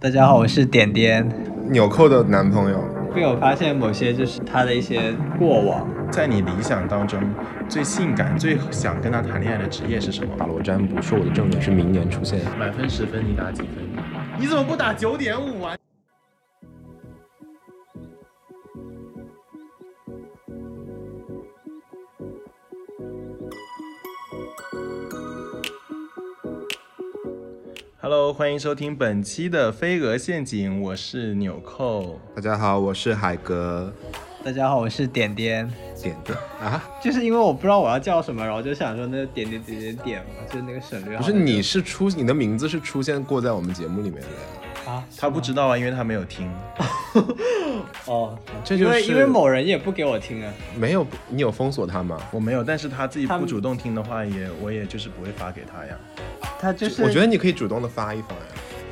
大家好，我是点点。纽扣的男朋友，被我发现某些就是他的一些过往，在你理想当中最性感、最想跟他谈恋爱的职业是什么？塔罗占卜说我的正缘是明年出现。满分十分，你打几分？你怎么不打九点五啊？Hello，欢迎收听本期的《飞蛾陷阱》，我是纽扣。大家好，我是海格大家好，我是点点。点点啊，就是因为我不知道我要叫什么，然后就想说那就点点点点点嘛，就是那个省略不号。是你是出你的名字是出现过在我们节目里面的呀？ 啊？他不知道啊，因为他没有听。哦，这就因是为因为某人也不给我听啊。没有，你有封锁他吗？我没有，但是他自己他不主动听的话，也我也就是不会发给他呀。他就是我觉得你可以主动的发一发呀。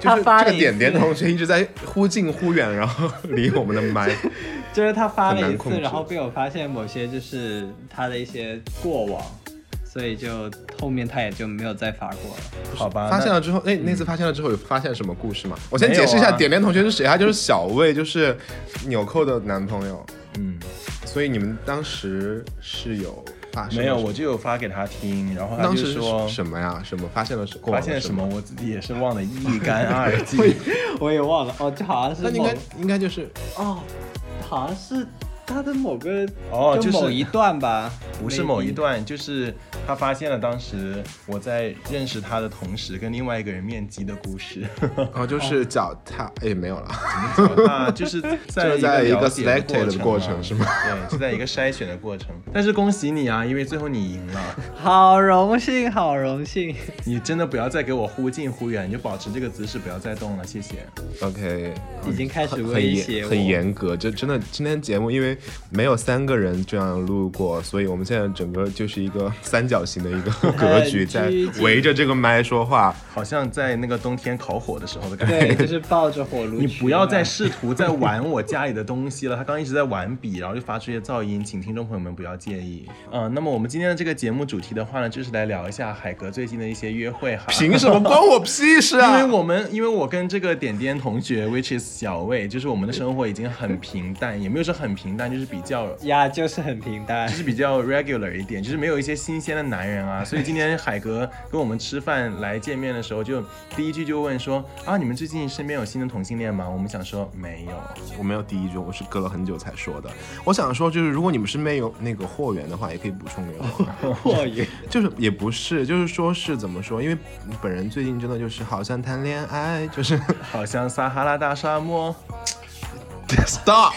就他是发这了个一点点次同学一直在忽近忽远，然后离我们的麦。 就是他发了很一难控次，制然后被我发现某些就是他的一些过往，所以就后面他也就没有再发过了。 好吧，发现那了之后，哎，那次发现了之后有发现什么故事吗？我先没有解释一下，啊点点同学是谁？他就是小魏，就是纽扣的男朋友。嗯，所以你们当时是有发生没有，了什么我就有发给他听，然后他当就时是说什么呀？什么啊发现了什过发往现了了什什么，？我自己也是忘得一干二净。 我也忘了，哦，就好像是那应某该应该就是哦，好像是他的某个哦就就是某一段吧，不是 maybe 某一。段，就是他发现了当时我在认识他的同时跟另外一个人面基的故 事。哦，就是脚踏哎没有了，啊，就是在就是在一个了解 selected 的过程啊是吗？ 对，是在一个筛选的过程。但是恭喜你啊，因为最后你赢了。好荣幸，好荣 幸。你真的不要再给我忽近忽远，你就保持这个姿势，不要再动了，谢谢。 OK，已经开始很威胁很严我很严格，这真的今天节目因为没有三个人这样录过，所以我们现在整个就是一个三角形的一个格局，在拘谨围着这个麦说话。好像在那个冬天烤火的时候的感对，就觉。是抱着火炉取暖。你不要再试图在玩我家里的东西了，他 刚一直在玩笔，然后就发出一些噪音，请听众朋友们不要介意。嗯，那么我们今天的这个节目主题的话呢，就是来聊一下海格最近的一些约会哈。凭什么关我屁事啊？因为我们，因为我跟这个点点同学，which is 小魏，就是我们的生活已经很平淡，也没有说很平淡，就是比较，就呀，就是很平淡。是比较 regular 一点，就是没有一些新鲜的男人 啊。所以今天海格跟我们吃饭来见面的时候，就第一句就问说啊，你们最近身边有新的同性恋吗？我们想说没有，我没有第一句，我是隔了很久才说的。我想说，就是如果你们身边有那个货源的话，也可以补充给我。阔语。就是也不是，就是说是怎么说？因为本人最近真的就是好像谈恋爱，就是 好像撒哈拉大沙漠， stop。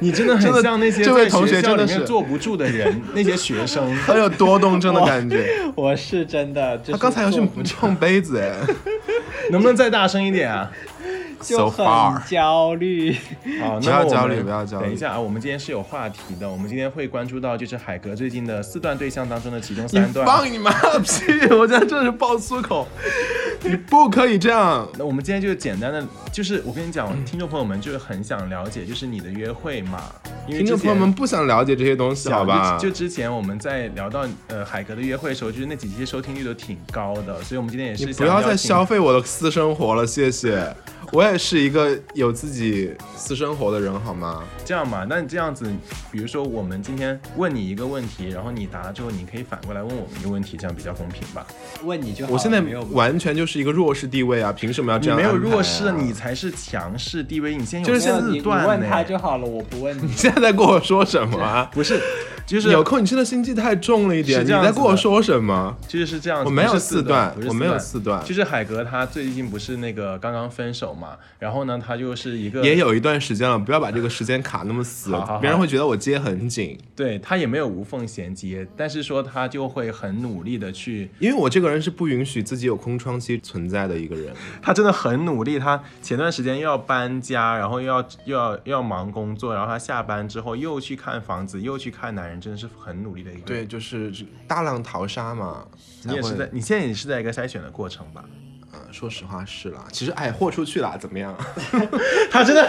你真的真很的像那些这位在同学学校真的里面是坐不住的人，那些学生。 很有多动症的感觉。我是真的，就是他刚才有去做不碰杯子哎能不能再大声一点啊？ ，so 就 far 很。焦虑。好，不那要么我焦们虑不要焦等一虑下啊，我们今天是有话题的，我们今天会关注到就是海格最近的四段对象当中的其中你三段。放 你妈的屁！我现在真的是爆粗口，你不可以这样。那我们今天就简单的，就是我跟你讲，听众朋友们就是很想了解，就是你的约会嘛，因为听众之朋友前们不想了解这些东西，好吧？就就之前我们在聊到呃海格的约会的时候，就是那几期收听率都挺高的，所以我们今天也你是不想要再邀请消费我的私生活了，谢谢。我也是一个有自己私生活的人，好吗？这样嘛，那这样子，比如说我们今天问你一个问题，然后你答了之后，你可以反过来问我们一个问题，这样比较公平吧？问你就好了。我现在没有问完全就是一个弱势地位啊，凭什么要这你样、啊没有弱势，你才是强势地位。你现在就有是现在自你你断呢问他就好了，我不问你。现在在跟我说什么、 啊？不是，就是有空你真的心机太重了一点，是你这样子的在跟我说什么？就是这样子。我没有不是四四段不是我没有四段就是海格他最近不是那个刚刚分手嘛，然后呢，他就是一个也有一段时间了，不要把这个时间卡那么死，好好好别人会觉得我接很紧。对他也没有无缝衔接，但是说他就会很努力的去，因为我这个人是不允许自己有空窗期存在的一个人，他真的很努力。他前段时间又要搬家，然后又要又要又要忙工作，然后他下班之后又去看房子，又去看男人，真的是很努力的一个人。对，就是大浪淘沙嘛。你也是才会在，你现在也是在一个筛选的过程吧？呃说实话是啦，其实哎，豁出去啦，怎么样？他真的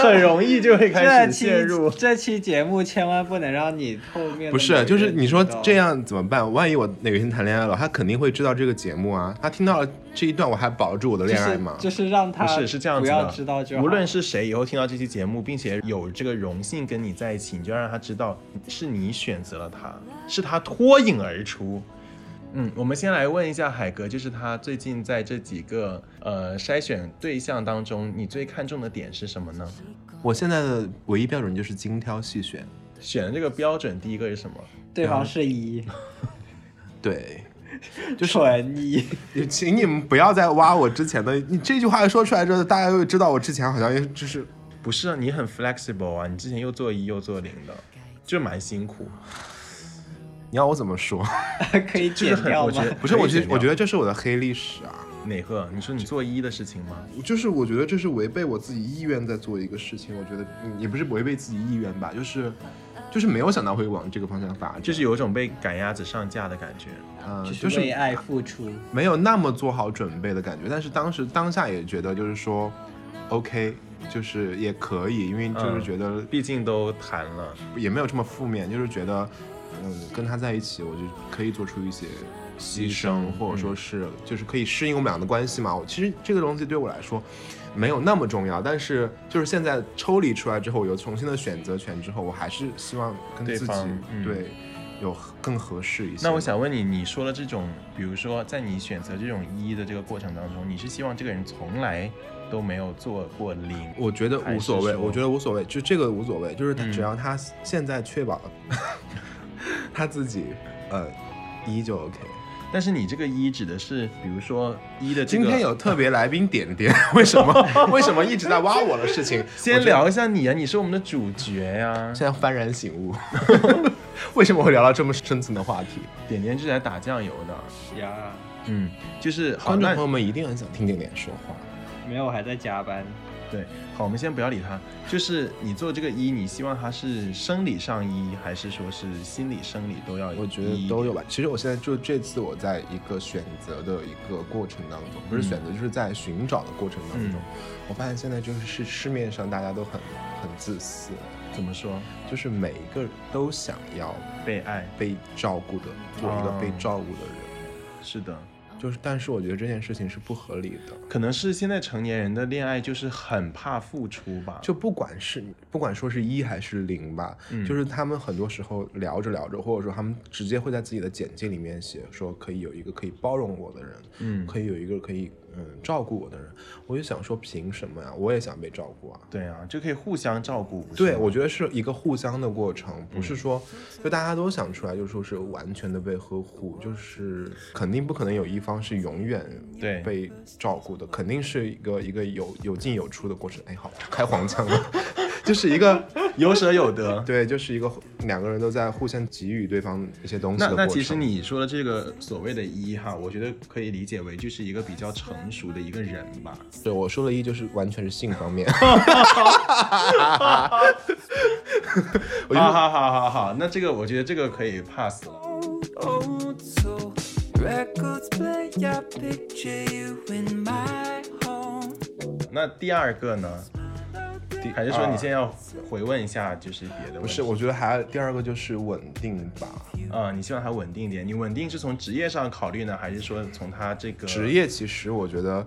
很容易就会 开这始期陷入。这期节目千万不能让你后面的 不每是，个就是人你说知道这，样怎么办？万一我哪个天谈恋爱了，他肯定会知道这个节目啊。他听到了这一段，我还保住我的就恋爱是吗？就是让他不是，是这样子不的。要知道就好无论是谁以后听到这期节目，并且有这个荣幸跟你在一起，你就要让他知道是你选择了他，是他脱颖而出。嗯，我们先来问一下海哥，就是他最近在这几个呃筛选对象当中，你最看重的点是什么呢？我现在的唯一标准就是精挑细选。选的这个标准，第一个是什么？对嗯方是一，对，纯一，也 请你们不要再挖我之前的。你这句话说出来之后，大家会知道我之前好像也就是不是啊，你很 flexible 啊，你之前又做一又做零的，就蛮辛苦。你要我怎么说？ 可以就是剪很，掉我吗觉？得不是，我可以觉剪得掉我觉得这是我的黑历史啊。哪个？你说你做一的事情吗？就是我觉得这是违背我自己意愿在做一个事情，我觉得嗯也不是违背自己意愿吧，就是就是没有想到会往这个方向发展，就是有一种被赶鸭子上架的感觉。嗯、就就是为是爱付出，没有那么做好准备的感觉，但是当时当下也觉得就是说，OK，就是也可以，因为就是觉得毕竟都谈了，也没有这么负面，就是觉得嗯跟他在一起，我就可以做出一些。牺牲，或者说是、就是可以适应我们俩的关系嘛。我其实这个东西对我来说没有那么重要，但是就是现在抽离出来之后，我有重新的选择权之后，我还是希望跟对自己方嗯对有更合适一些。那我想问你，你说了这种，比如说在你选择这种一的这个过程当中，你是希望这个人从来都没有做过零？我觉得无所还谓，是说我觉得无所谓，就这个无所谓，就是他嗯只要他现在确保、 他自己，呃，依旧 OK。但是你这个一指的是，比如说一的这今个。天有特别来宾点点， 为什么为什么一直在挖我的事情？我先觉得，聊一下你啊，你是我们的主角呀、现在幡然醒悟， 为什么会聊到这么深层的话题？点点就是来打酱油的，呀，嗯，就是好观众那朋友们一定很想听点点说话。没有，我还在加班。对，好，我们先不要理他。就是你做这个一，你希望他是生理上一，还是说是心理、生理都要一？我觉得都有吧。其实我现在就这次我在一个选择的一个过程当中，不是选择，就是在寻找的过程当中，嗯我发现现在就是市面上大家都很很自私，怎么说？就是每一个都想要被爱被照顾的，做一个哦被照顾的人。是的，就是，但是我觉得这件事情是不合理的。可能是现在成年人的恋爱就是很怕付出吧。就不管是不管说是一还是零吧，嗯就是他们很多时候聊着聊着，或者说他们直接会在自己的简介里面写说可以有一个可以包容我的人，嗯可以有一个可以嗯照顾我的人，我就想说凭什么呀？我也想被照顾啊。对啊，就可以互相照顾。不是对，吗嗯我觉得是一个互相的过程，不是说就大家都想出来就说是完全的被呵护，就是肯定不可能有一方是永远对被照顾的，肯定是一个一个有有进有出的过程。哎，好，开黄腔了， 就是一个有舍有得。 对，就是一个两个人都在互相给予对方一些东西的那过程。那其实你说的这个所谓的“一”哈，我觉得可以理解为就是一个比较成熟的一个人吧。对我说了一就是完全是性方 面，我觉好得好好好好，那这个我觉得这个可以 pass 了。 old soul records play. I picture you in my home. 那第二个呢？还是说你现在要回问一下，就是别的问题？啊不是，我觉得还第二个就是稳定吧，啊、你希望他稳定一点。你稳定是从职业上考虑呢，还是说从他这个职？业其实我觉得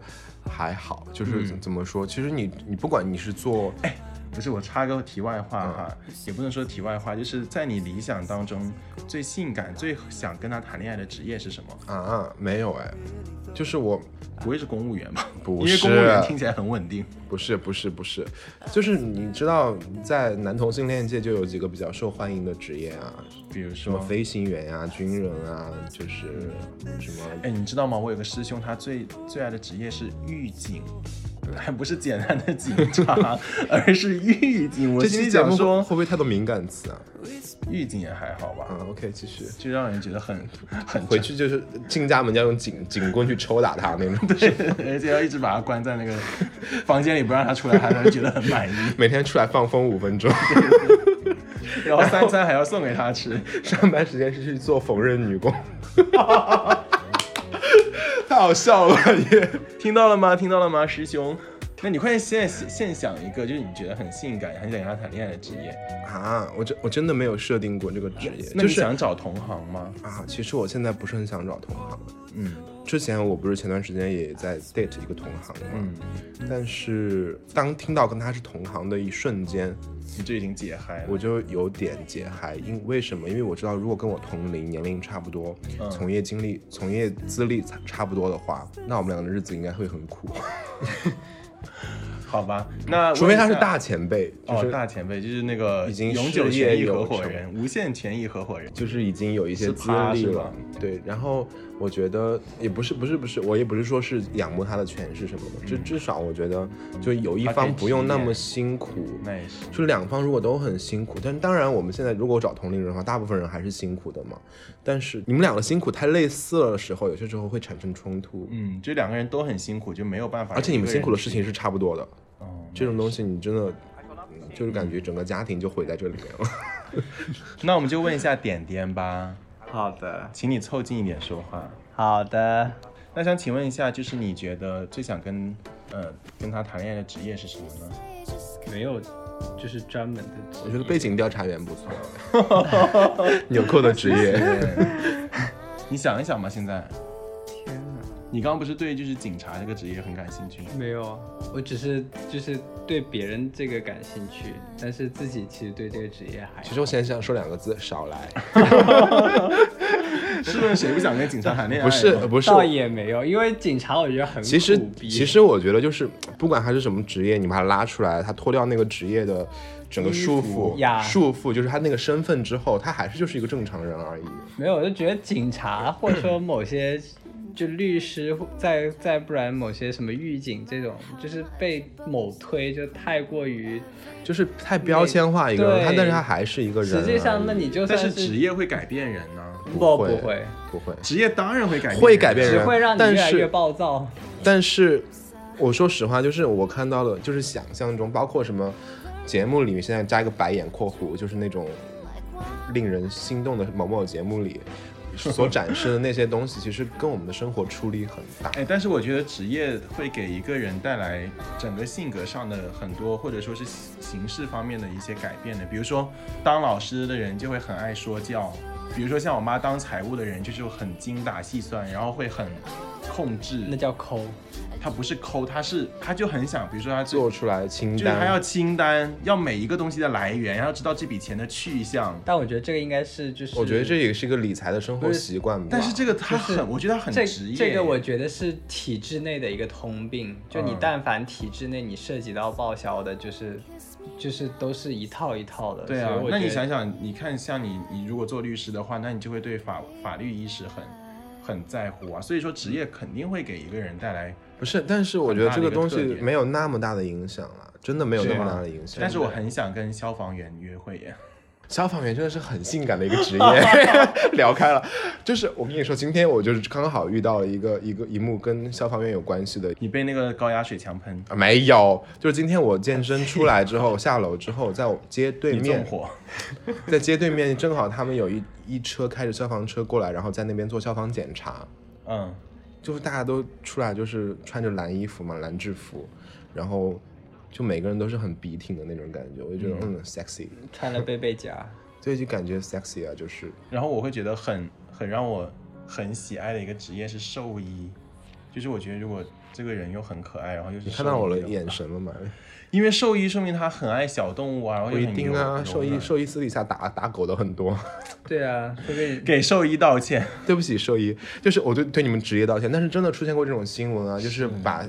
还好，就是嗯怎怎么说，其实你你不管你是做，哎不是，我插个题外嗯话哈，也不能说题外话，就是在你理想当中最性感、最想跟他谈恋爱的职业是什么？啊，没有哎，就是我不会是公务员吧？不因为是公务员听起来很稳定。不是不是不是，就是你知道在男同性恋界就有几个比较受欢迎的职业啊，比如什么说，飞行员呀、军人啊，就是什么哎，你知道吗？我有个师兄，他最最爱的职业是狱警。还不是简单的警察， 而是狱警。我这心期里节目想会说会，不会太多敏感词啊？狱警也还好吧。嗯，OK，继续。就让人觉得很很回去就是进家门就要用警警棍去抽打他那种， 沉， 而且要一直把他关在那个房间里，不让他出来，他才会觉得很 满意。每天出来放风五分钟， 然后三餐还要送给他吃，上班时间是去做缝纫女工。 太好笑了 也。听到了吗？听到了吗，师兄？那你快点现在现想一个，就是你觉得很性感、很想跟他谈恋爱的职业。啊，我真我真的没有设定过这个职业，那就你是想找同行吗？啊，其实我现在不是很想找同行。嗯之前我不是前段时间也在 date 一个同行嘛，嗯，但是当听到跟他是同行的一瞬间，你就已经解嗨了。我就有点解嗨，因为什么？因为我知道如果跟我同龄、年龄差不多、嗯从业经历、从业资历差差不多的话，那我们两个的日子应该会很苦，好吧，那除非他啊问一是下大前辈，就哦是、大前辈，就是那个已经永久事权业益有合伙成人、无限权益合伙人。就是已经有一些是资趴历是了吧，对。然后我觉得也不是不是不是，我也不是说是仰慕他的权势什么的，嗯至、至少我觉得就有一他可以方不用体那验么辛苦，那也是，就两方如果都很辛苦，但当然我们现在如果找同龄人的话，大部分人还是辛苦的嘛。但是你们两个辛苦太类似了的时候，有些时候会产生冲突，嗯，就两个人都很辛苦，就没有办法。而且你们辛苦的事情，情是差不多的。哦，这种东西你真的，嗯就是感觉整个家庭就毁在这里面了。那我们就问一下点点吧，好的，请你凑近一点说话。好的。那想请问一下，就是你觉得最想跟呃跟他谈恋爱的职业是什么呢？没有，就是专门的职业。我觉得背景调查员不错， 纽扣的职业。你想一想吧，现在天哪，你刚刚不是对就是警察这个职业很感兴趣吗？没有啊，我只是就是对别人这个感兴趣，但是自己其实对这个职业还其实我现在想说两个字，少来。是不是谁不想跟警察谈恋爱？啊不是不是，倒也没有，因为警察我觉得很其实哎苦逼其实我觉得就是不管他是什么职业，你把他拉出来，他脱掉那个职业的整个束缚呀束缚，就是他那个身份之后，他还是就是一个正常人而已。没有，我就觉得警察或者说某些就律师，再再不然某些什么狱警这种，就是被某推就太过于，就是太标签化一个人，对他但是他还是一个人而实已。际上那你就但算是职是业会改变人呢，不不不会会，不会，职业当然会改变人，会改变只人会让你但越来是越暴躁。但是我说实话，就是我看到的，就是想象中，包括什么节目里面现在加一个白眼括弧，就是那种令人心动的某某节目里。所展示的那些东西，其实跟我们的生活出离很大。哎，但是我觉得职业会给一个人带来整个性格上的很多，或者说是形式方面的一些改变的。比如说，当老师的人就会很爱说教，比如说像我妈当财务的人就是很精打细算，然后会很控制。那叫抠，她不是抠，她是她就很想，比如说她做出来的清就是她单，要清单，要每一个东西的来源，要知道这笔钱的去向。但我觉得这个应该是就是，我觉得这也是一个理财的生活习惯吧。但是这个她就是很，我觉得她很这职业。嗯这个我觉得是体制内的一个通病，就你但凡体制内你涉及到报销的，就是就是都是一套一套的。对所啊以，我那你觉得想想，你看像你，你如果做律师的话，那你就会对法法律意识很很在乎啊。所以说，职业肯定会给一个人带来。不是，但是我觉得这很大的一个东西特点没有那么大的影响了，真的没有那么大的影响。但是我很想跟消防员约会耶。 消防员真的是很性感的一个职业， 聊开了。就是我跟你说，今天我就是刚好遇到了一个一个一幕跟消防员有关系的。你被那个高压水枪喷，啊没有，就是今天我健身出来之后，下楼之后，在我街对你纵面，火，在街对面正好他们有一一车开着消防车过来，然后在那边做消防检查。嗯，就是大家都出来就是穿着蓝衣服嘛，蓝制服，然后就每个人都是很笔挺的那种感觉，我就觉得嗯 sexy，穿了贝贝夹，所以就感觉 sexy 啊，就是然后我会觉得很很让我很喜爱的一个职业是兽医，就是我觉得如果这个人又很可爱，然后又是你看到我兽医的话眼，神了吗？因为兽医说明他很爱小动物啊，然后不又一很定柔啊，兽医。柔软兽医私底下打打狗的很多， 对啊，会被给兽医道歉， 对不起兽医，就是我对对你们职业道歉，但是真的出现过这种新闻啊，就是把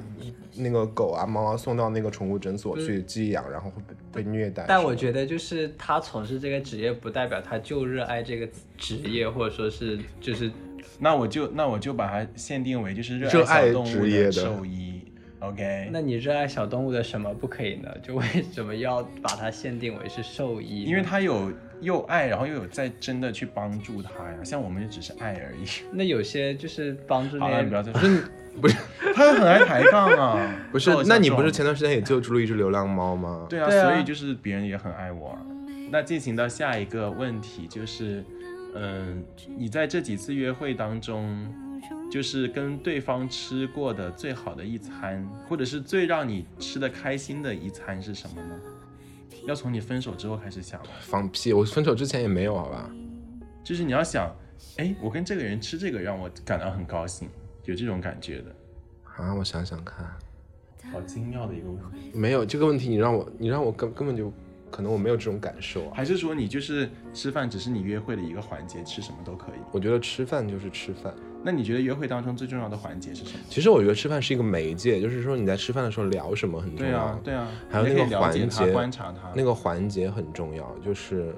那个狗啊猫啊送到那个宠物诊所去寄养，然后会被被虐待。但我觉得，就是他从事这个职业，不代表他就热爱这个职业，或者说是就是那我就那我就把它限定为就是热热爱爱小动物职业的兽医，OK？那你热爱小动物的什么不可以呢？就为什么要把它限定为是兽医呢？因为他有又爱，然后又有在真的去帮助他呀。像我们就只是爱而已。 那有些就是帮助好了，那你些 不要再不是不是，他很爱抬杠啊。不是高，那你小壮不是前段时间也救助了一只流浪猫吗？对啊，对啊所以就是别人也很爱我啊。那进行到下一个问题就是，嗯、你在这几次约会当中，就是跟对方吃过的最好的一餐，或者是最让你吃的开心的一餐是什么呢？要从你分手之后开始想，放屁！我分手之前也没有，好吧？就是你要想，哎，我跟这个人吃这个让我感到很高兴，有这种感觉的。啊，我想想看，好精妙的一个问题，没有这个问题，你让我，你让我根根本就，可能我没有这种感受啊。还是说你就是吃饭只是你约会的一个环节，吃什么都可以？我觉得吃饭就是吃饭。那你觉得约会当中最重要的环节是什么？其实我觉得吃饭是一个媒介，就是说你在吃饭的时候聊什么很重对要。啊，对啊，还有你那也可以个了解环他，节观察他，那个环节很重要，就是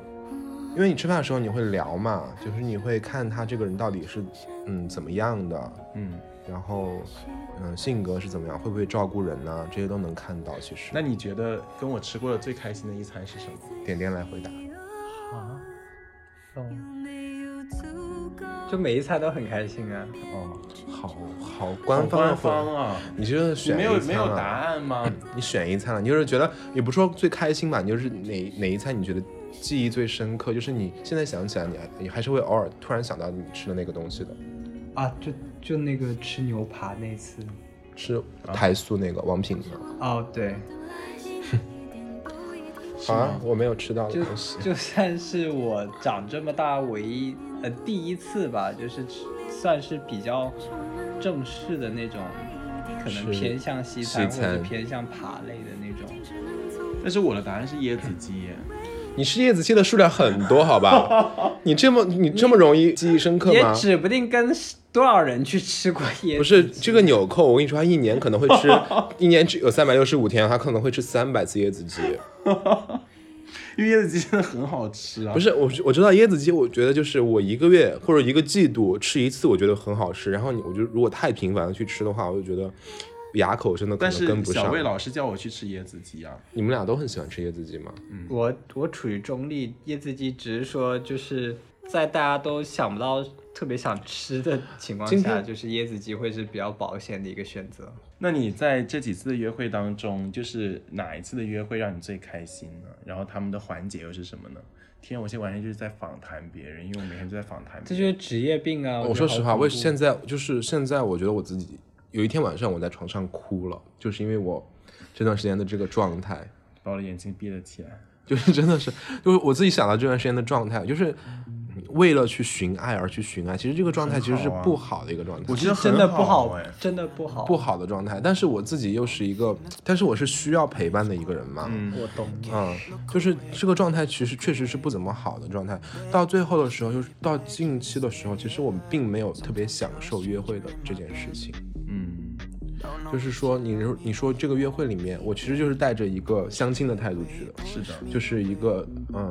因为你吃饭的时候你会聊嘛，就是你会看他这个人到底是嗯怎么样的，嗯。然后嗯性格是怎么样，会不会照顾人呢、这些都能看到。其实那你觉得跟我吃过的最开心的一餐是什么？点点来回答，啊，哦，就每一餐都很开心啊。哦，好好官方官的回答方啊，你就是你选没一有餐没有啊答案吗？你选一餐啊了，你就是觉得也不说最开心吧，你就是哪哪一餐你觉得记忆最深刻，就是你现在想起来你还你还是会偶尔突然想到你吃的那个东西的，啊，就就那个吃牛扒那次。吃啊台塑那个王品的。哦，对，好啊，我没有吃到的就东西。就算是我长这么大唯一呃第一次吧，就是吃算是比较正式的那种，可能是偏向西餐西或者餐偏向扒类的那种。但是我的答案是椰子鸡耶，你吃椰子鸡的数量很多，好 吧？你这么你这么容易记忆深刻也吗？指不定跟多少人去吃过椰子不是鸡这个纽扣，我跟你说，他一年可能会 吃，一年只有三百六十五天，他可能会吃三百次椰子鸡。因为椰子鸡真的很好吃啊。不，是我，我知道椰子鸡，我觉得就是我一个月或者一个季度吃一次，我觉得很好吃。然后你，我就如果太频繁的去吃的话，我就觉得牙口真的可但能跟是不小上魏。老师叫我去吃椰子鸡啊，你们俩都很喜欢吃椰子鸡吗？我我处于中立，椰子鸡只是说就是在大家都想不到特别想吃的情况今下，天就是椰子鸡会是比较保险的一个选择。那你在这几次的约会当中，就是哪一次的约会让你最开心呢？然后他们的环节又是什么呢？天，我现在完全就是在访谈别人，因为我每天就在访谈这就别是人。职业病啊！我觉说得实好话，恐怖我现在就是现在，我觉得我自己有一天晚上我在床上哭了，就是因为我这段时间的这个状态，把我的眼睛闭了起来。就是 真的是，就是我自己想到这段时间的状态，就是为了去寻爱而去寻爱，其实这个状态其实是很好啊不好的一个状态。我觉得真的很不好哎，真的不好，不好的状态，但是我自己又是一个，但是我是需要陪伴的一个人嘛，嗯，我懂你。就是这个状态其实确实是不怎么好的状态，到最后的时候，就是到近期的时候，其实我们并没有特别享受约会的这件事情，嗯，就是说你说你说这个约会里面，我其实就是带着一个相亲的态度去的，是的，就是一个嗯，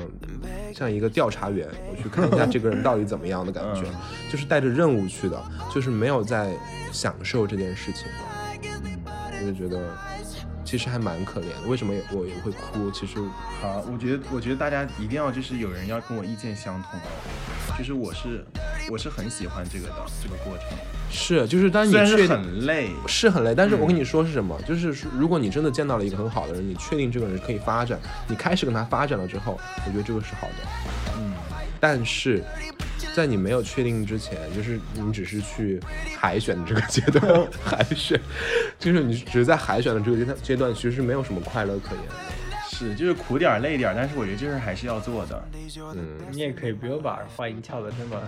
像一个调查员，我去看一下这个人到底怎么样的感觉，嗯就是带着任务去的，就是没有在享受这件事情。我就觉得其实还蛮可怜的。为什么也我也会哭？其实好，我觉得，我觉得大家一定要就是有人要跟我意见相同哦，就是我是我是很喜欢这个的这个过程，是就是，但是虽然你是确很累，是很累，但是我跟你说是什么？就是说如果你真的见到了一个很好的人，你确定这个人可以发展，你开始跟他发展了之后，我觉得这个是好的。嗯，但是在你没有确定之前，就是你只是去海选的这个阶 段，海选就是你只是在海选的这个阶段阶段，其实是没有什么快乐可言 的。是就是苦点儿累点儿，但是我觉得这事儿还是要做的。嗯，你也可以不用把话音翘得这么，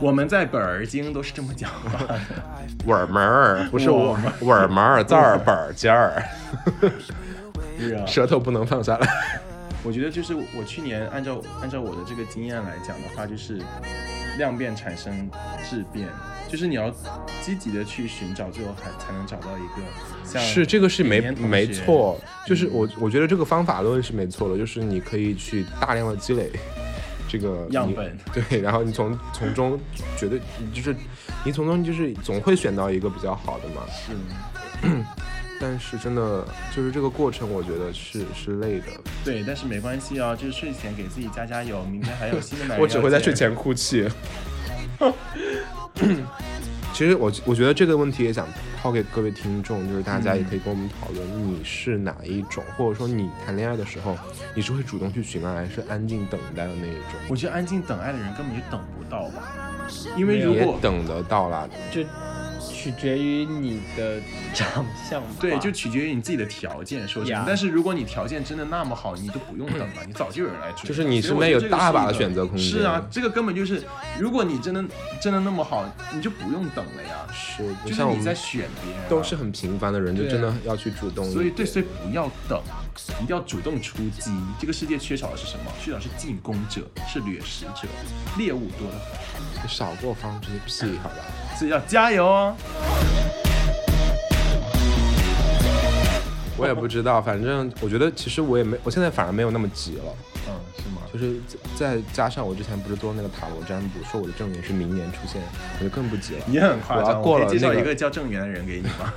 我们在本儿经都是这么讲话 的，稳门儿不是我稳门儿字儿本儿尖儿，是啊舌头不能放下来。我觉得就是我去年按照按照我的这个经验来讲的话，就是量变产生质变，就是你要积极的去寻找，最后还才能找到一个像是这个是没李岩同学没错，就是我我觉得这个方法论是没错的，就是你可以去大量的积累这个你 样本，对，然后你从从中绝对就是你从中就是总会选到一个比较好的嘛。是 但是真的就是这个过程，我觉得是是累的，对，但是没关系啊，就是睡前给自己加加油，明天还有新的男人。我只会在睡。前哭泣。 其实我我觉得这个问题也想抛给各位听众，就是大家也嗯可以跟我们讨论，你是哪一种，或者说你谈恋爱的时候，你是会主动去寻爱，还是安静等待的那一种？我觉得安静等爱的人根本就等不到吧，因为如也果等得到啦，就取决于你的长相吧，啊对，就取决于你自己的条件，说真的。 Yeah 但是如果你条件真的那么好，你都不用等 了，你早就有人来追了。就是你所以身我边觉有得这个大把的是一个选择空间是啊，这个根本就是，如果你真的真的那么好，你就不用等了呀。是，就就是像我你在们选别人啊、都是很平凡的人，就对啊真的要去主动一点。所以对，所以不要等，一定要主动出击。这个世界缺少的是什么？缺少的是进攻者，是掠食者，猎物多得很。少给我放这些屁，好吧？所以要加油哦！我也不知道，反正我觉得其实我也没，我现在反而没有那么急了。嗯，是吗？就是再再加上我之前不是做那个塔罗占卜，说我的正缘是明年出现，我就更不急了。也很夸我张。要过可以了介绍那个一个叫郑源的人给你吗？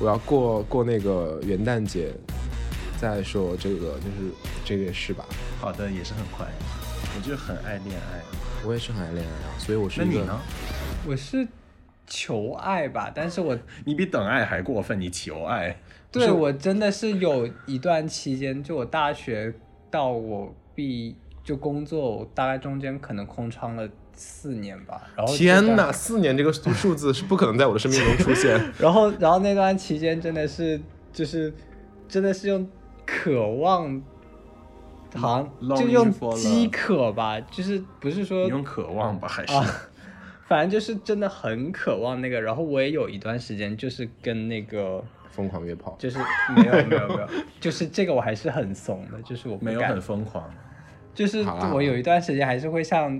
我要过过那个元旦节，再说这个就是这个事吧。好的，也是很快。我就是很爱恋爱。我也是很爱恋爱啊，所以我是那一你个呢？我是求爱吧，但是我你比等爱还过分，你求爱。对我真的是有一段期间，就我大学到我毕就工作，我大概中间可能空窗了四年吧。然后这天段哪，！四年这个数数字是不可能在我的生命中出现。然后然后那段期间真的是就是真的是用渴望。好像 Longing 就用 for love 饥渴吧，就是不是呃说你用渴望吧，还是、啊，反正就是真的很渴望那个。然后我也有一段时间就是跟那个，疯狂约炮，就是没有没有没 有，就是这个我还是很怂的，就是我不没有敢很疯狂？就是好啦我有一段时间还是会像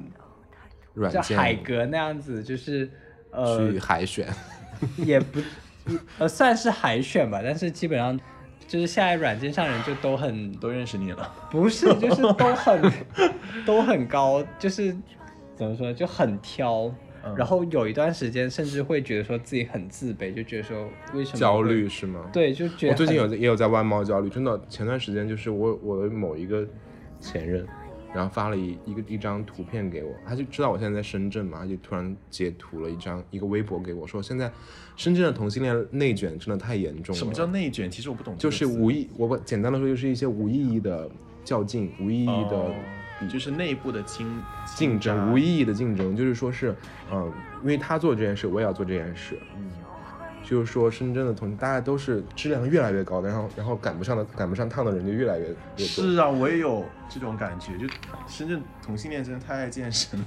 软像海件格那样子，就是呃去海选， 也不 呃算是海选吧，但是基本上就是现在软件上人就都很都认识你了，不是，就是都 很都很高，就是怎么说就很挑。嗯然后有一段时间，甚至会觉得说自己很自卑，就觉得说为什么焦会虑，是吗？对，就觉得我最近很有在也有在外貌焦虑，真的。前段时间就是我我的某一个前任，然后发了一一个一张图片给我，他就知道我现在在深圳嘛，他就突然截图了一张一个微博给我，说现在深圳的同性恋内卷真的太严重了。什么叫内卷？其实我不懂这就个词，是无意，我把简单的说就是一些无意义的较劲，无意义的哦就是内部的竞竞争，无意。意义的竞争，就是说是，嗯、因为他做这件事，我也要做这件事。嗯就是说，深圳的同大家都是质量越来越高的，然后然后赶不上的赶不上趟的人就越来越越多。是啊，我也有这种感觉，就深圳同性恋真的太爱健 身了，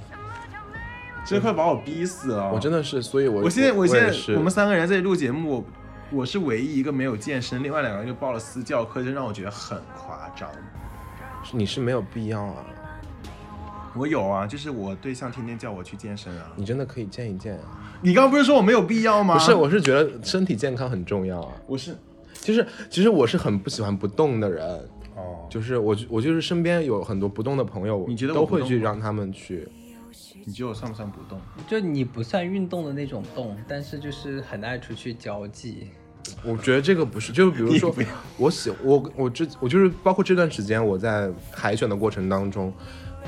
真快把我逼死了。我真的，的是，所以我啊我现在我现也在是我们三个人在这里录节目，我是唯一一个没有健身，另外两个人就报了私教课，就让我觉得很夸张。你是没有必要啊，我有啊，就是我对象天天叫我去健身啊。你真的可以见一见啊。你刚刚不是说我没有必要吗？不是，我是觉得身体健康很重要啊。我是就是其实我是很不喜欢不动的人，哦，就是我我就是身边有很多不动的朋友，你觉得我都不会动去吗让他们去。你觉得我算不算不动？就你不算运动的那种动，但是就是很爱出去交际。我觉得这个不是，就比如说不要，我喜我我这我就是包括这段时间我在海选的过程当中，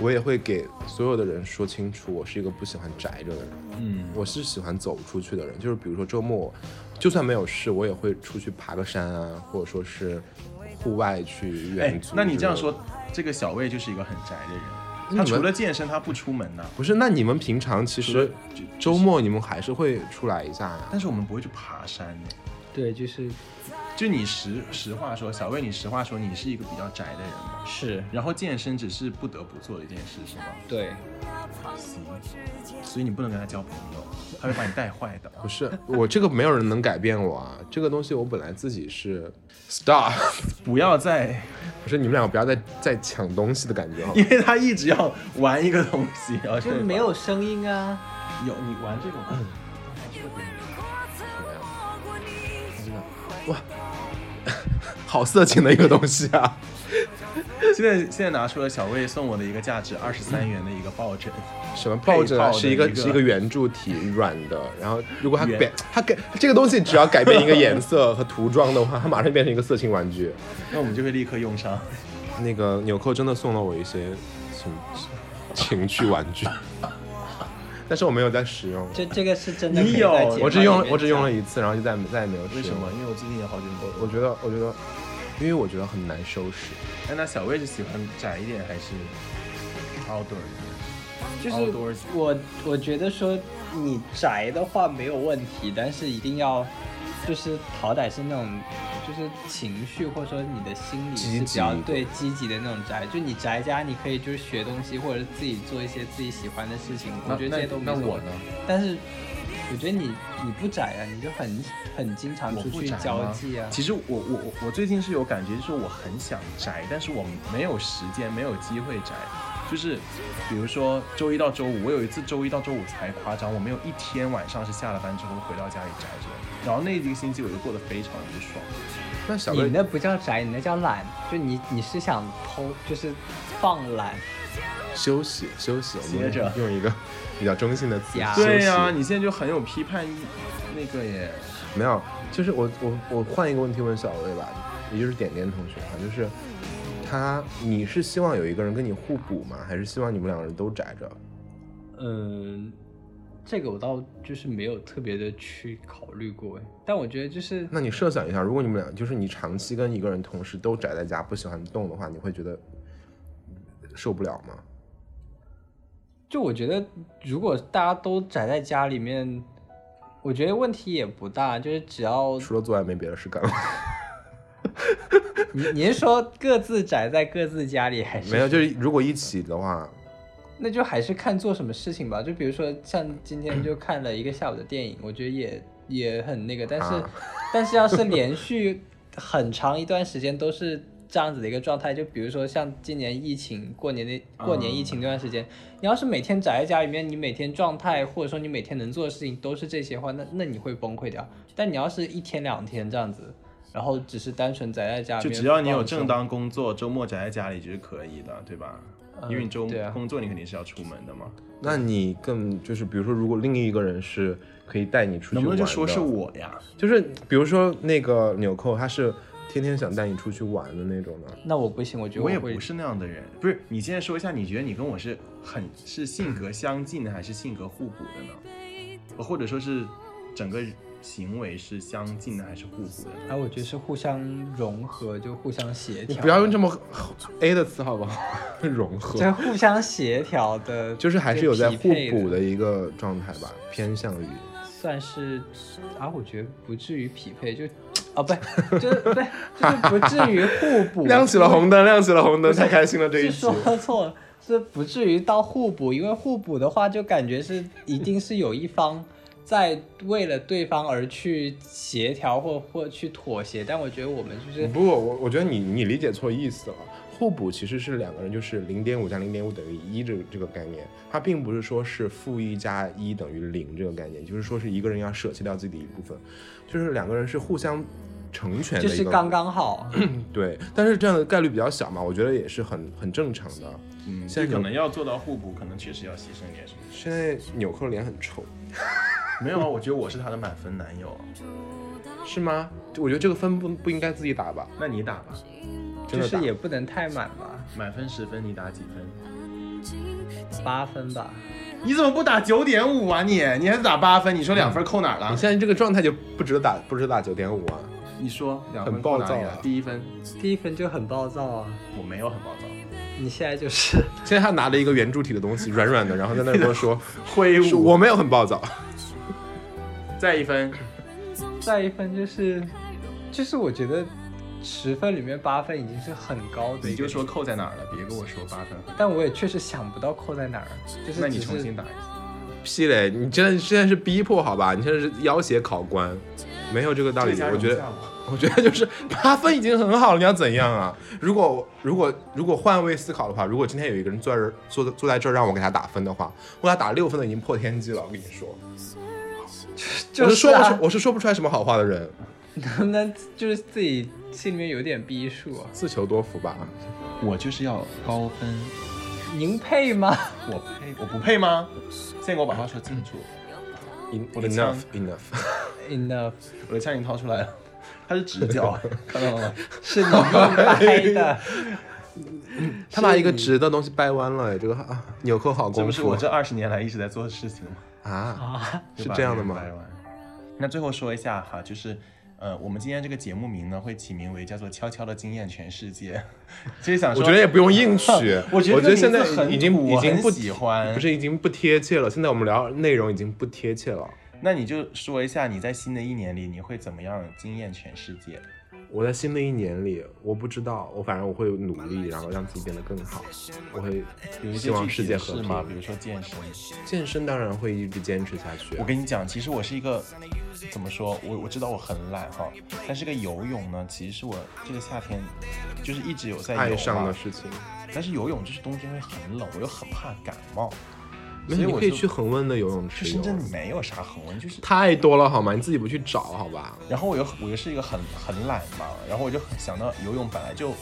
我也会给所有的人说清楚，我是一个不喜欢宅着的人，嗯，我是喜欢走出去的人。就是比如说周末，就算没有事，我也会出去爬个山啊，或者说是户外去哎远足。，那你这样，说，这个小魏就是一个很宅的人。那他你除们了健身，他不出门呐、不是？那你们平常其实周末你们还是会出来一下啊呀、但是我们不会去爬山的。对，就是就你实实话说，小魏，你实话说，你是一个比较宅的人吧？是，然后健身只是不得不做的一件事，是吗？对，所以你不能跟他交朋友，啊他会把你带坏的。不是我这个没有人能改变我啊，这个东西我本来自己是 stop。不要再，不是你们两个不要再再抢东西的感觉好吗因？为他一直要玩一个东西，然后就睡吧没有声音啊。有你玩这种，嗯 好色情的一个东西啊！ 现在现在拿出了小魏送我的一个价值二十三元的一个抱 枕，什么抱枕配啊，套的是一个一个是一个圆柱体软的，然后如果它圆改它改这个东西只要改变一个颜色和涂装的话，它马上变成一个色情玩具。那我们就会立刻用上。那个纽扣真的送了我一些情情趣玩具， 但是我没有在使用，就这个是真的可你以在节有目里面讲，我只用了我只用了一次，然后就再也再也没有使用。为什么？？因为我最近也好久没我觉得我觉得，因为我觉得很难收拾。哎，那小魏是喜欢宅一点还是 outdoor 一点？就是 outdoors 我我觉得说你宅的话没有问题，但是一定要就是好歹是那种就是情绪或者说你的心理是比较积极的对积极的那种宅，就你宅家你可以就是学东西或者自己做一些自己喜欢的事情，我那觉得这些都没那什那么我。呢？但是我觉得你你不宅啊，你就很很经常我出不去宅交吗际啊。其实我我我我最近是有感觉，就是我很想宅，但是我没有时间，没有机会宅。就是比如说周一到周五，我有一次周一到周五才夸张，我没有一天晚上是下了班之后回到家里宅着。然后那一个星期我就过得非常不爽。那小你乐，那不叫宅，你那叫懒。就你你是想偷，就是放懒。休息休息，我接们着用一 个比较中性的词呀，休息对呀、你现在就很有批判意，那个耶。没有，就是我我我换一个问题问小薇吧，也就是点点同学哈，就是他你是希望有一个人跟你互补吗？还是希望你们两个人都宅着？嗯，这个我倒就是没有特别的去考虑过，哎但我觉得就是那你设想一下，如果你们俩就是你长期跟一个人同时都宅在家不喜欢动的话，你会觉得受不了吗？就我觉得，如果大家都宅在家里面，我觉得问题也不大，就是只要除了做爱没别的事 干了，你你是说各自宅在各自家里，还是没有，就是如果一起的话，那就还是看做什么事情吧。就比如说像今天就看了一个下午的电影，我觉得也也很那个，但是、啊但是要是连续很长一段时间都是这样子的一个状态，就比如说像今年疫情过年啊那过年疫情那段时间，你要是每天宅在家里面，你每天状态或者说你每天能做的事情都是这些话，那那你会崩溃掉。但你要是一天两天这样子，然后只是单纯宅在家里就面，只要你有正当工作，周末宅在家里就是可以的，对吧？嗯因为你周对啊工作你肯定是要出门的嘛。那你更就是比如说，如果另一个人是可以带你出去能玩不的，能就说是我呀？就是比如说那个纽扣，他是天天想带你出去玩的那种的。那我不行，我觉得我也会不是那样的人，不是。你现在说一下，你觉得你跟我是很是性格相近的，还是性格互补的呢？或者说是整个行为是相近的，还是互补的呢？哎，我觉得是互相融合，就互相协你调。不要用这么 A 的词好 不好？融合这互相协调的， 就是还是有在互匹配补的，的一个状态吧，偏向于算是啊，我觉得不至于匹配，就啊，不，就是不，就是不至于互补。 亮起了红灯，亮起了红灯，太开心了这一是集说。错了，是不至于到互补，因为互补的话，就感觉是一定是有一方在为了对方而去协调或或去妥协，但我觉得我们就是不，我我觉得你你理解错意思了。互补其实是两个人就是零点五加零点五等于一这个这个概念，它并不是说是负一加一等于零这个概念，就是说是一个人要舍弃掉自己的一部分，就是两个人是互相成全的就一是个。刚刚好。对，但是这样的概率比较小嘛，我觉得也是很很正常的。嗯，现在这可可能能要做到互补，可能确实要牺牲一点什么。现在纽扣脸很臭，没有啊，我觉得我是他的满分男友，是吗？我觉得这个分不不应该自己打吧，那你打吧， 真就的是打。也不能太满吧，满分十分，你打几分？八分吧。你怎么不打九点五啊你？你还是打八分？你说两分扣哪儿了你？现在这个状态就不值得打，不值得打九点五啊。你说两很分暴扣哪里躁了啊？第一分第一分就很暴躁啊！我没有很暴躁，你现在 就是，现在他拿了一个圆柱体的东西，软软的，然后在那里跟我 说，挥说我没有很暴躁。再一分，再一分就是，就是我觉得十分里面八分已经是很高的一你个就，说扣在哪儿了，别跟我说八分。但我也确实想不到扣在哪儿，就是那你只是重新打一次。屁嘞，你真的现在是逼迫好吧？你现在是要挟考官，没有这个道理。我觉得，我觉得就是八分已经很好了，你要怎样啊？如果如果如果换位思考的话，如果今天有一个人坐在这儿坐坐在这儿让我给他打分的话，我给他打六分的已经破天际了。我跟你说，就我是是说不出啊，我是说不出来什么好话的人，能不能就是自己心里面有点逼数啊？自求多福吧。我就是要高分，您配 吗？我配，我不配吗？现在给我把话说清楚， En- 我的枪 Enough enough，enough 我的枪已经掏出来了， 它是直 角，看到了吗？ 是你用掰 的，他把一个直的东西掰弯了，哎，这个啊纽扣好这功不夫。是我这二十年来一直在做的事情吗？啊，啊是这样的吗就把别人掰弯那最后说一下哈，就是，嗯、呃，我们今天这个节目名呢会起名为叫做“悄悄的惊艳全世界”， 就是想我说，觉得也不用硬取 ，我觉觉得这个现在名字很已经土已经很不喜欢不是已经不贴切了。现在我们聊内容已经不贴切了。那你就说一下你在新的一年里你会怎么样惊艳全世界？我在新的一年里，我不知道，我反正我会努力，然后让自己变得更好。我会有一些希望具世体界的和事吗？比平。如说健身。健身当然会一直坚持下去我。跟你讲，其实我是一个怎么说？我我知道我很懒哈，但是个游泳呢，其实是我这个夏天就是一直有在游爱嘛上的事情，但是游泳就是冬天会很冷，我又很怕感冒，没有所以你我可以就去。恒温的游泳去池深游啊圳。没有啥恒温，就是。太多了好吗？你自己不去找好吧？然后我又我又是一个很很懒嘛，然后我就很想到游泳本来就很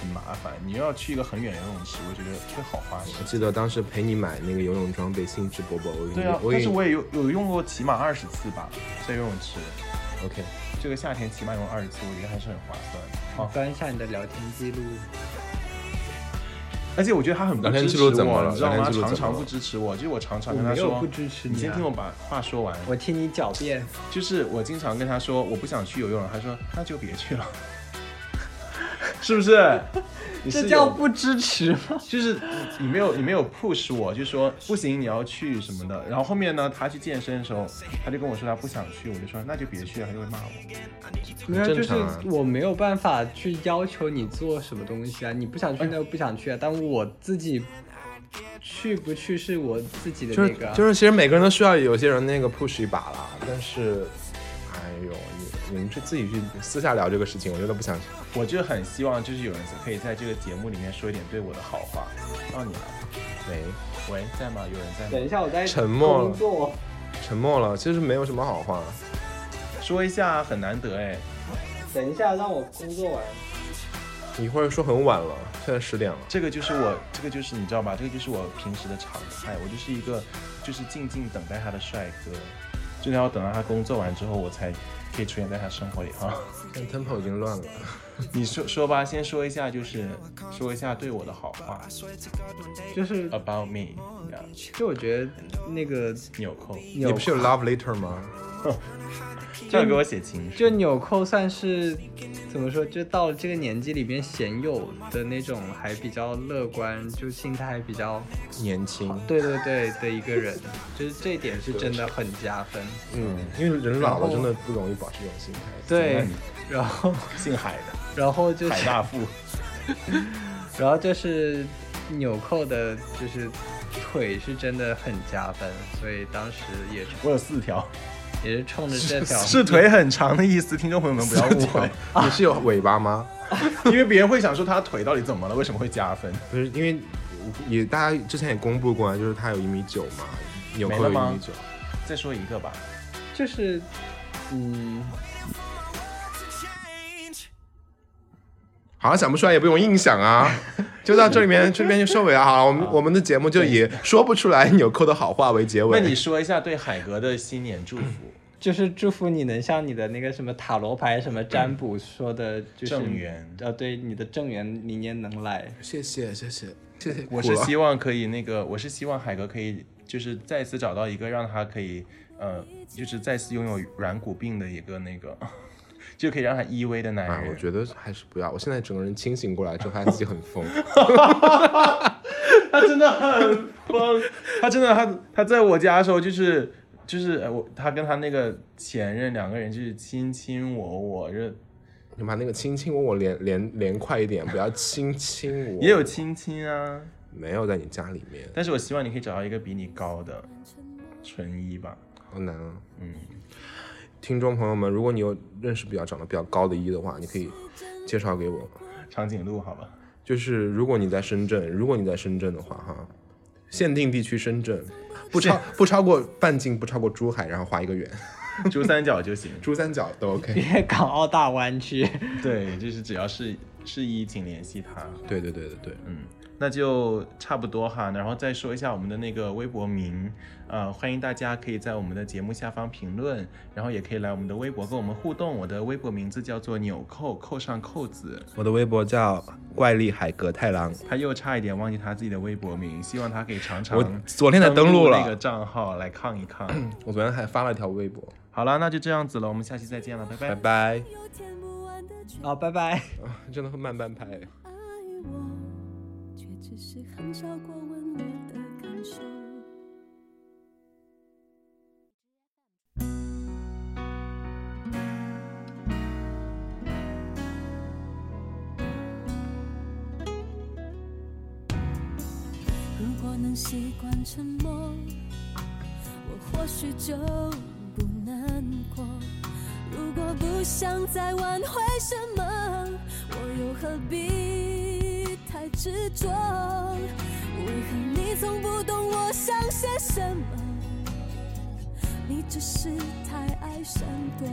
很麻烦，你又要去一个很远的游泳池，我觉得会好花时我间。记得当时陪你买那个游泳装备，兴致勃勃。我给你，对啊，我给但你是我也有有用过起码二十次吧，在游泳池， OK。这个夏天起码用二十次，我觉得还是很划算的。我翻一下你的聊天记录，而且我觉得他很不聊天支记持录怎么我，了你知道聊吗？天记录常怎么常了不支持我，就是我常常我跟他没有说，不支持你你先啊听我把话说完。我替你狡辩。就是我经常跟他说我不想去游泳了，他说那就别去了， 是不是？你是这叫有不支持吗？就是你没有你没有 push 我，就说不行你要去什么的。然后后面呢，他去健身的时候，他就跟我说他不想去，我就说那就别去了，他就会骂我。没有，正就是常啊我没有办法去要求你做什么东西啊，你不想哎去那就不想去啊，但我自己去不去是我自己的就那是个啊。就是，其实每个人都需要有些人那个 push 一把啦。但是，哎呦，你你们去自己去私下聊这个事情，我真的不想。我就很希望就是有人可以在这个节目里面说一点对我的好话。到你了，喂，喂，在吗？有人在等一吗？下我在沉默了工作。沉默了，其实没有什么好话。说一下，很难得哎。等一下让我工作完。一会儿说很晚了，现在十点了。这个就是我，这个就是你知道吧？这个就是我平时的常态，我就是一个就是静静等待他的帅哥，就是要等到他工作完之后，我才可以出现在他生活里哈。但 tempo 已经乱了。你说说吧，先说一下，就是说一下对我的好话就是，呃 about me，就我觉得那个纽扣，纽你不是有 love letter 吗？这样给我写情书，就纽扣算是怎么说？就到了这个年纪里边，鲜有的那种还比较乐观，就心态还比较年轻，对对对的一个人，就是这一点是真的很加分。嗯，因为人老然后了真的不容易保持这种心态。对，然后姓海的然后 就海是大富，然后就是纽扣的，就是腿是真的很加分，所以当时也是我有四条，也是冲着这条是腿很长的意思，听众朋友们不要误会， 你是有尾巴吗？因为别人会想说他腿到底怎么了，为什么会加分？不是，因为也大家之前也公布过啊，就是他有一米九嘛，纽扣有没了一吗米九。再说一个吧，就是嗯，好像想不出来也不用硬想 啊，就到这里面，这边就收尾啊。好了，我们我们的节目就以说不出来纽扣的好话为结那尾。你说一下对海格的新年祝福，就是祝福你能像你的那个什么塔罗牌什么占卜说的，就是正缘呃，对，你的正缘明年能来。谢谢谢谢谢谢，我是希望可以那个，我是希望海格可以就是再次找到一个让他可以呃，就是再次拥有软骨病的一个那个， 就可以让他依偎的男哎啊人。，我觉得还是不要。我现在整个人清醒过来之后，发现自己很疯。他真的很疯，他真的他他在我家的时候就是就是呃我他跟他那个前任两个人就是亲亲我我，就你把那个亲亲我我连连连快一点，不要亲亲我。也有亲亲啊，没有在你家里面？但是我希望你可以找到一个比你高的纯一吧。好难啊。嗯，听众朋友们，如果你有认识比较长得比较高的一的话，你可以介绍给我。长颈鹿好吧， 就是如果你在深圳，如果你在深圳的话，哈，限定地区深圳，不超不超过半径，不超过珠海，然后画一个圆，珠三角就行。 珠三角都 OK。粤港澳大湾区，对，就是只要是是怡请联系他。对对对对对，嗯，那就差不多哈。然后再说一下我们的那个微博名，呃，欢迎大家可以在我们的节目下方评论，然后也可以来我们的微博跟我们互动。我的微博名字叫做纽扣，扣上扣子。我的微博叫怪力海格太郎，他又差一点忘记他自己的微博名，希望他可以常常我昨天才登录了那个账号来抗一抗。我昨天还发了一条微博，好了，那就这样子了，我们下期再见了，拜。拜拜。有填不完的缺好，拜拜。真的会慢半拍。爱我，却只是很少过问我的感受。如果能习惯沉默，我或许就不难过。如果不想再挽回什么，我又何必太执着？为何你从不懂我想些什么？你只是太爱闪躲。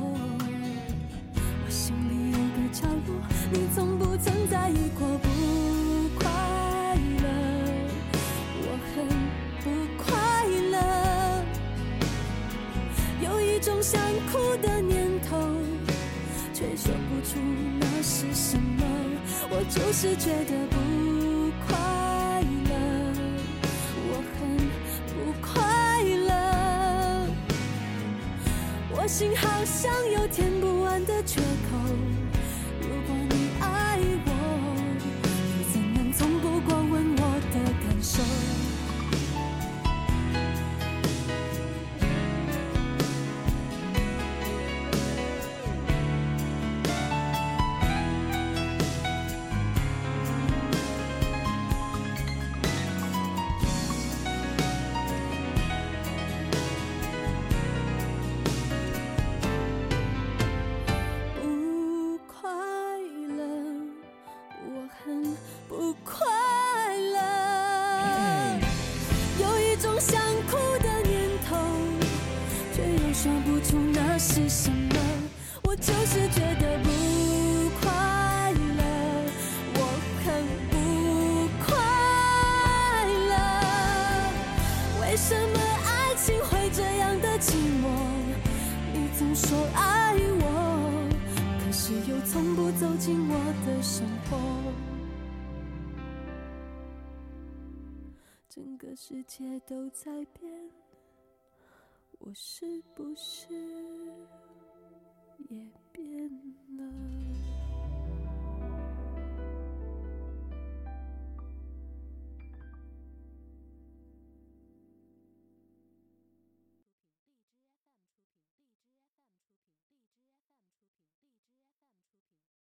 我心里有个角落，你从不曾在意过不快乐，我很不快乐。有一种想哭的念头，却说不出那是什么。我就是觉得不快乐，我很不快乐。我心好像有填不完的缺口。如果你爱我，你怎能从不过问我的感受？不快乐，我很不快乐。有一种想哭的念头，却又说不出那是什么。我就是觉得不快乐，我很不快乐。为什么爱情会这样的寂寞？你总说爱我，可是又从不走进我的生活。整个世界都在变，我是不是也变了？